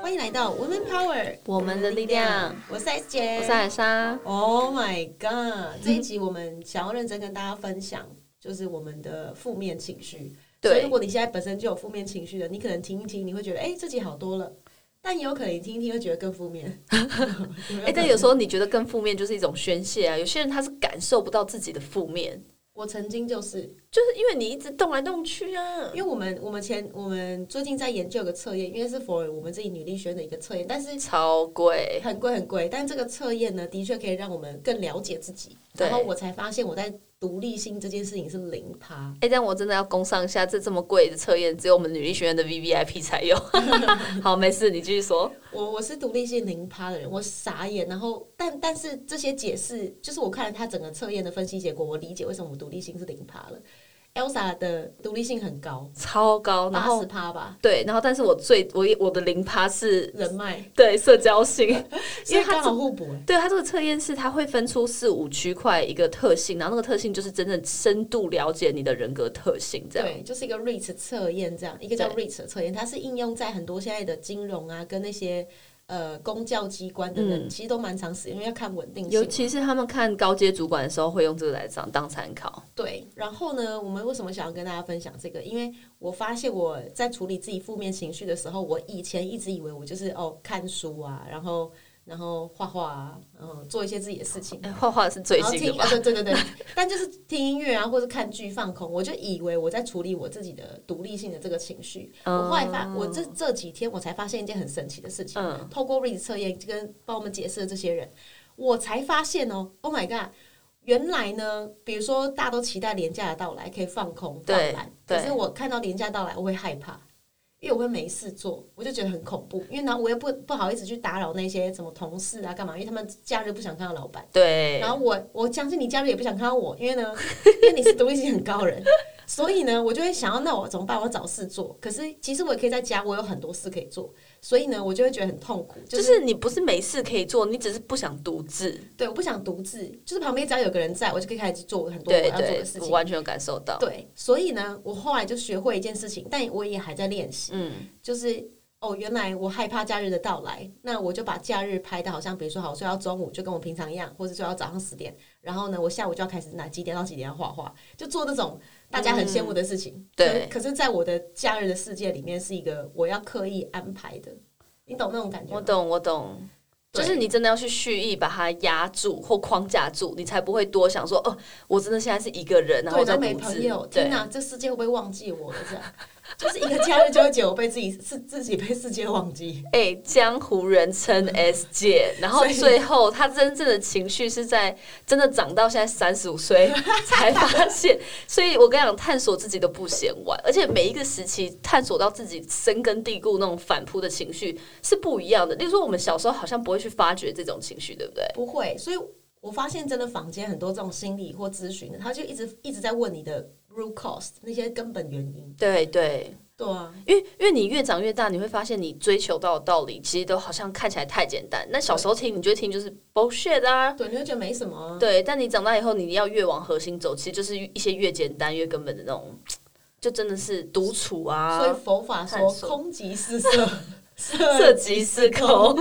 欢迎来到 Women Power，我们的力量。我是 S 姐，我是艾莎， Oh my god！这一集我们想要认真跟大家分享，就是我们的负面情绪。对所以如果你现在本身就有负面情绪的，你可能听一听，你会觉得哎、这集好多了。但也有可能你听一听会觉得更负面。哎、但有时候你觉得更负面就是一种宣泄啊。有些人他是感受不到自己的负面，我曾经就是，就是因为你一直动来动去啊因。为我们我们前我们最近在研究一个测验，因为是 for 我们自己女力学院的一个测验，但是超贵，很贵很贵。但这个测验呢，的确可以让我们更了解自己。对然后我才发现我在独立性这件事情是零趴。哎、但我真的要攻上一下，这这么贵的测验，只有我们女力学院的 V V I P 才有。 好，没事，你继续说。我我是独立性零趴的人，我傻眼。然后，但但是这些解释，就是我看了他整个测验的分析结果，我理解为什么我独立性是零趴了。Elsa 的独立性很高，超高，然八后十趴吧，对，然后但是我最我我的零趴是人脉，对社交 性，因所以为它刚好互补、欸。对它这个测验是它会分出四五区块一个特性，然后那个特性就是真正深度了解你的人格特性这样。对，就是一个 REACH 测验，这样一个叫 REACH 测验，它是应用在很多现在的金融啊，跟那些呃公教机关等嗯等，其实都蛮常使用，因为要看稳定性嘛。尤其是他们看高阶主管的时候，会用这个来当当参考。对，然后呢，我们为什么想要跟大家分享这个？因为我发现我在处理自己负面情绪的时候，我以前一直以为我就是哦看书啊，然后然后画画啊，嗯，做一些自己的事情，哎， 画画是最嗯然后近的听吧啊，？对对对对， 但就是听音乐啊，或者看剧放空，我就以为我在处理我自己的独立性的这个情绪。嗯我后来发，我这这几天我才发现一件很神奇的事情，嗯透过 READ 测验跟帮我们解释的这些人，我才发现哦，Oh my god！原来呢，比如说大家都期待廉价的到来，可以放空放对懒，对可是我看到廉价到来，我会害怕。因为我会没事做，我就觉得很恐怖，因为然后我又不不好意思去打扰那些什么同事啊干嘛，因为他们假日不想看到老板。对然后我我相信你家人也不想看到我，因为呢，因为你是独立性很高的人，所以呢，我就会想要那我怎么办？我要找事做。可是其实我也可以在家，我有很多事可以做，所以呢，我就会觉得很痛苦，就、就是是你不是没事可以做，你只是不想独自。对，我不想独自，就是旁边只要有个人在，我就可以开始做很多我对要做的对事，我情。完全有感受到。对，所以呢，我后来就学会一件事情，但我也还在练习，嗯，就是哦，原来我害怕假日的到来，那我就把假日拍的好像，比如说好，我睡到中午就跟我平常一样，或者睡到早上十点，然后呢，我下午就要开始哪几点到几点要画画，就做那种大家很羡慕的事情。嗯对可，可是在我的假日的世界里面，是一个我要刻意安排的，你懂那种感觉我吗？懂，我懂。对就是你真的要去蓄意把它压住或框架住，你才不会多想说哦，我真的现在是一个人，然对，后然我在后没独自朋友，。天对，哪，这世界会不会忘记我了？这样， 就是一个假日就会觉得我被自己是自己被世界忘记。哎，江湖人称 S 姐，然后所以最后她真正的情绪是在真的长到现在三十五 岁才发现，所以我跟你讲，探索自己都不嫌晚，而且每一个时期探索到自己深根蒂固那种反扑的情绪是不一样的。例如说，我们小时候好像不会去发掘这种情绪，对不对？不会，所以我发现真的坊间很多这种心理或咨询的，他就一直一直在问你的 root cause 那些根本原因。对对，对啊，因为因为你越长越大，你会发现你追求到的道理其实都好像看起来太简单。那小时候听，你就会听就是 bullshit 啊，对，你会觉得没什么啊、对，但你长大以后，你要越往核心走，其实就是一些越简单、越根本的那种，就真的是独处啊，所以佛法说探索空即是色，色 色即是空，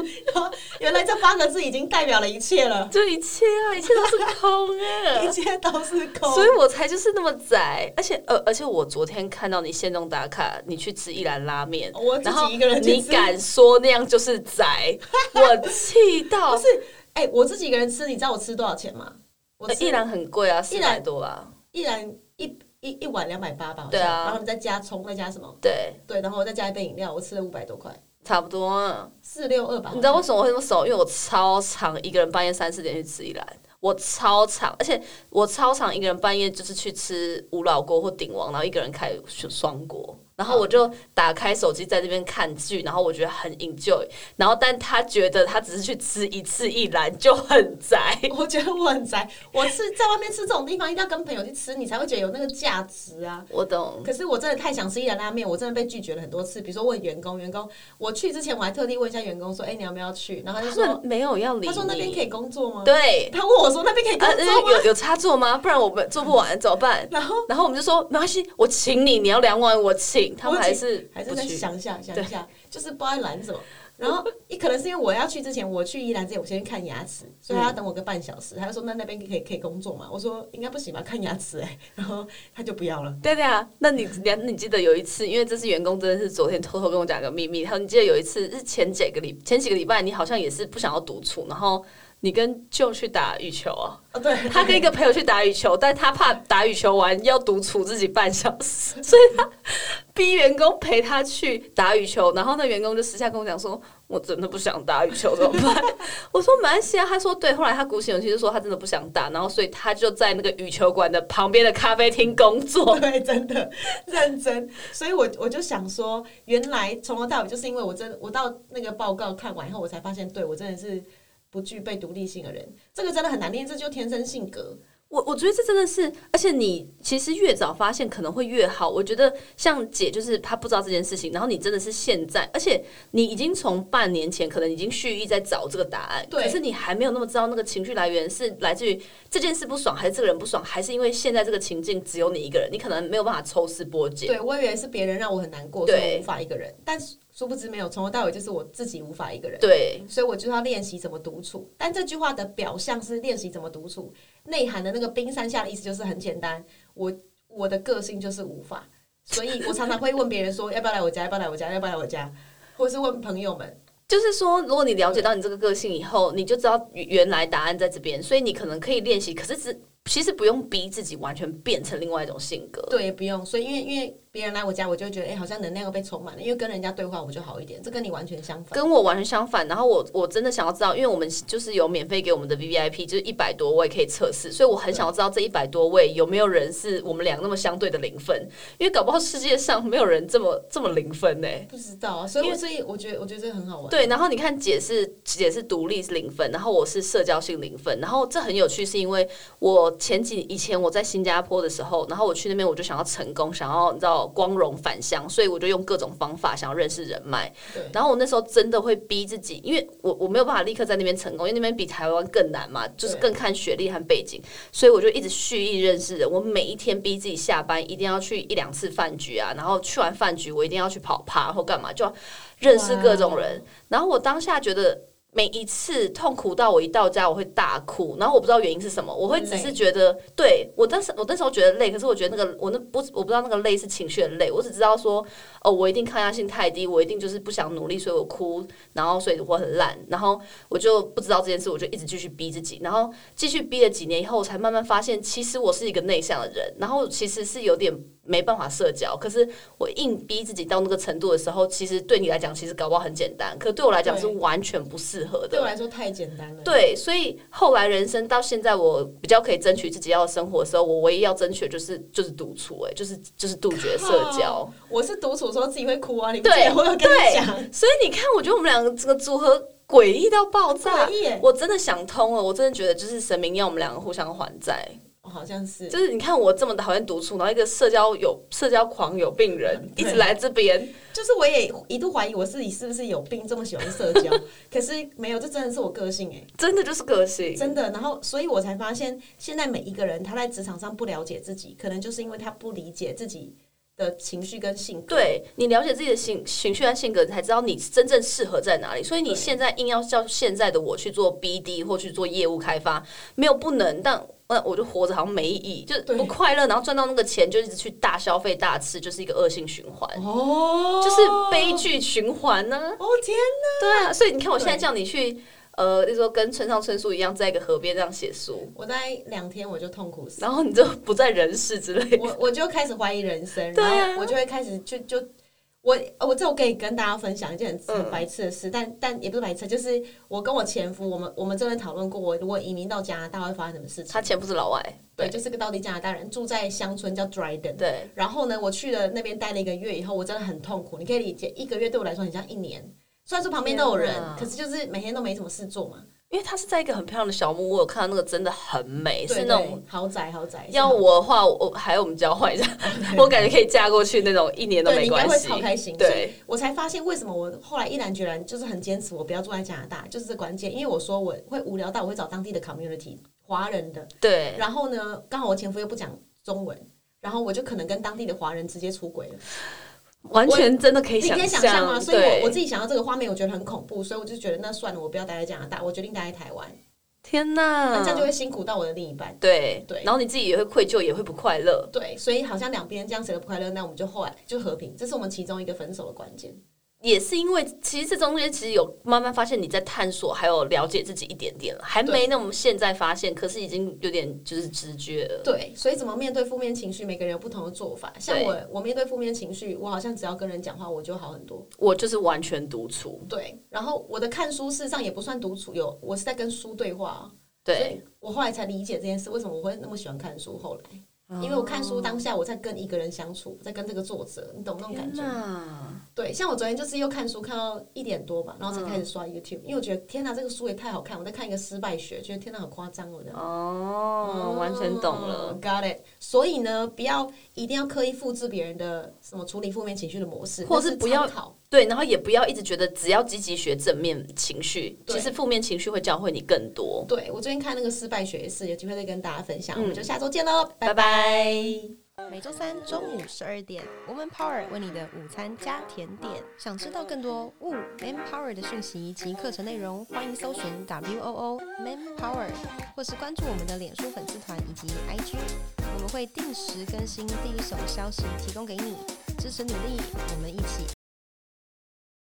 原来这八个字已经代表了一切了，就一切啊，一切都是空一啊。切都是空。所以我才就是那么窄，而且呃，而且我昨天看到你现动打卡，你去吃一兰拉面，哦我自己然后一个人去你吃敢说那样就是窄，我气 到不。是，哎、我自己一个人吃，你知道我吃多少钱吗？我呃吃一兰很贵啊，四一百兰多吧？一人一一一碗两百八吧，好像对啊然后你再加葱，再加什么？对，对，然后我再加一杯饮料，我吃了五百多块，差不多、啊。四六二吧。你知道为什么我会那么熟？因为我超常一个人半夜三四点去吃一兰，我超常，而且我超常一个人半夜就是去吃五老锅或鼎王，然后一个人开双锅。然后我就打开手机在这边看剧，然后我觉得很 enjoy。然后，但他觉得他只是去吃一次一兰就很宅，我觉得我很宅，我吃在外面吃这种地方，一定要跟朋友去吃，你才会觉得有那个价值啊。我懂。可是我真的太想吃一兰拉面，我真的被拒绝了很多次。比如说问员工，员工我去之前我还特地问一下员工说：“哎、你要不要去？”然后他就他说们没有要：“理他说那边可你。以工作吗？”对，他问我说：“那边可以啊，工作吗有有插座吗？不然我们做不完怎么办？然后然后我们就说没关系，我请你，你要两碗我请。他们还是还是不在去。想一下想一下，就是不知道在拦什么。然 后也可能是因为我要去之前，我去宜兰之前，我先去看牙齿，所嗯以他要等我个半小时。他就说：“那那边可以可以工作嘛？”我说：“应该不行吧，看牙齿哎、 然后他就不要了。对对啊，那你你你记得有一次，因为这次员工真的是昨天偷偷跟我讲个秘密，他说你记得有一次是前几个礼前几个礼拜，你好像也是不想要独处，然后你跟舅去打羽 球啊，哦，对，他跟一个朋友去打羽球，但他怕打羽球完要独处自己半小时，所以他逼员工陪他去打羽球，然后那员工就私下跟我讲说，我真的不想打羽球，怎么办？ 我说马来西亚，他说对，后来他鼓起勇气就说他真的不想打，然后所以他就在那个羽球馆的旁边的咖啡厅工 作。对，真的认真。所以我我就想说，原来从头到尾就是因为我真我到那个报告看完以后，我才发现，对我真的是不具备独立性的人。这个真的很难练，这就天生性格。我我觉得这真的是，而且你其实越早发现可能会越好。我觉得像姐就是她不知道这件事情，然后你真的是现在，而且你已经从半年前可能已经蓄意在找这个答案，对可是你还没有那么知道那个情绪来源是来自于这件事不爽，还是这个人不爽，还是因为现在这个情境只有你一个人，你可能没有办法抽丝剥茧。对我以为是别人让我很难过，所以我无法一个人。但是殊不知没有，从头到尾就是我自己无法一个人。对所以我就要练习怎么独处。但这句话的表象是练习怎么独处，内涵的那个冰山下的意思就是很简单，我我的个性就是无法，所以我常常会问别人说 要不要来我家，要不要来我家，要不要来我家，或是问朋友们，就是说，如果你了解到你这个个性以后，你就知道原来答案在这边，所以你可能可以练习，可是只其实不用逼自己完全变成另外一种性格。对，也不用。所以因为因为别人来我家，我就会觉得哎、诶好像能量又被充满了，因为跟人家对话我就好一点，这跟你完全相反。跟我完全相反。然后我我真的想要知道，因为我们就是有免费给我们的 V V I P，就是一百多位可以测试，所以我很想要知道这一百多位有没有人是我们俩那么相对的零分，因为搞不好世界上没有人这么这么零分呢、不知道啊，所以因我所以我觉得我觉得这很好玩。对，然后你看姐是姐是独立是零分，然后我是社交性零分，然后这很有趣，是因为我前几以前我在新加坡的时候，然后我去那边我就想要成功，想要你知道光荣返乡，所以我就用各种方法想要认识人脉。对然后我那时候真的会逼自己，因为我我没有办法立刻在那边成功，因为那边比台湾更难嘛，就是对更看学历和背景，所以我就一直蓄意认识人。我每一天逼自己下班一定要去一两次饭局啊，然后去完饭局我一定要去跑趴或干嘛，就要认识各种人。然后我当下觉得。每一次痛苦到我一到家我会大哭，然后我不知道原因是什么，我会只是累觉得，对我当时我那时候觉得累，可是我觉得那个我那不我不知道那个累是情绪的累，我只知道说哦，我一定抗压性太低，我一定就是不想努力，所以我哭，然后所以我很烂，然后我就不知道这件事，我就一直继续逼自己，然后继续逼了几年以后，我才慢慢发现，其实我是一个内向的人，然后其实是有点没办法社交，可是我硬逼自己到那个程度的时候，其实对你来讲，其实搞不好很简单，可对我来讲对是完全不适合的对。我来说太简单了。对，所以后来人生到现在，我比较可以争取自己要的生活的时候，我唯一要争取的就是就是独处、哎，就是就是杜绝社交。靠，我是独处的时候自己会哭啊，你不对记得我有跟对你讲。 所以你看，我觉得我们两个这个组合诡异到爆炸诡异耶。我真的想通了，我真的觉得就是神明要我们两个互相还债。哦好像是，就是你看我这么讨厌独处，然后一个社交有社交狂有病人一对直来这边，就是我也一度怀疑我自己是不是有病，这么喜欢社交， 可是没有，这真的是我个性哎、真的就是个性。真的。然后，所以我才发现，现在每一个人他在职场上不了解自己，可能就是因为他不理解自己的情绪跟性格。对你了解自己的性情绪和性格，你才知道你真正适合在哪里。所以你对现在硬要叫现在的我去做 BD 或去做业务开发，没有不能，但那我就活着好像没意义，就是对不快乐，然后赚到那个钱就一直去大消费大吃，就是一个恶性循环。哦，就是悲。剧循环呢、哦天哪！对啊，所以你看，我现在叫你去，呃，就说跟村上春树一样，在一个河边这样写书，我在两天我就痛苦死，然后你就不在人世之类。我我就开始怀疑人生，对啊然后我就会开始就就。我我这我可以跟大家分享一件很很白痴的事，但但也不是白痴，就是我跟我前夫，我们我们真的讨论过，我如果移民到加拿大会发生什么事情。他前夫是老外，对，就是个当地加拿大人，住在乡村叫 Dryden。对，然后呢，我去了那边待了一个月以后，我真的很痛苦。你可以理解，一个月对我来说很像一年。虽然说旁边都有人天哪，可是就是每天都没什么事做嘛。因为他是在一个很漂亮的小木屋，我有看到那个真的很美，对是那种。对豪宅，豪宅。要我的话，我还有我们交换一下， 我感觉可以嫁过去那种一年都哦对，没你应该关会系超。开心。对所以我才发现为什么我后来毅然决然就是很坚持，我不要住在加拿大，就是这关键。因为我说我会无聊到我会找当地的 community 华人的，对，然后呢，刚好我前夫又不讲中文，然后我就可能跟当地的华人直接出轨了。完全真的可你以想可以想象象吗？对，所以我我自己想到这个画面，我觉得很恐怖，所以我就觉得那算了，我不要待在加拿大，我决定待在台湾，天那哪，这样就会辛苦到我的另一半。对对然后你自己也会愧疚，也会不快乐。对，所以好像两边这样谁都不快乐，那我们就后来就和平，这是我们其中一个分手的关键。也是因为，其实这中间其实有慢慢发现你在探索，还有了解自己一点点了，还没那么现在发现，可是已经有点就是直觉了。对，所以怎么面对负面情绪，每个人有不同的做法。像我，我面对负面情绪，我好像只要跟人讲话，我就好很多。我就是完全独处，对，然后我的看书事实上也不算独处，有我是在跟书对话啊。所对，以我后来才理解这件事，为什么我会那么喜欢看书。后来，哦因为我看书当下，我在跟一个人相处，在跟这个作者，你懂那种感天觉？哪，对，像我昨天就是又看书看到一点多吧，然后才嗯开始刷 YouTube，、因为我觉得天哪，这个书也太好看，我在看一个失败学，觉得天哪，好夸张哦，这样。哦哦，完全懂了。 ，Got it。所以呢，不要一定要刻意复制别人的什么处理负面情绪的模式，或那是是不要参考。对，然后也不要一直觉得只要积极学正面情绪，对其实负面情绪会教会你更多。对我最近看那个失败学也是，有机会再跟大家分享。嗯我们就下周见喽，拜拜拜拜每周三中午十二点，Woman Power 为你的午餐加甜点。想知道更多 Wo Man Power 的讯息及课程内容，欢迎搜寻 W O O Man Power，或是关注我们的脸书粉丝团以及 IG，我们会定时更新第一手消息，提供给你支持努力，我们一起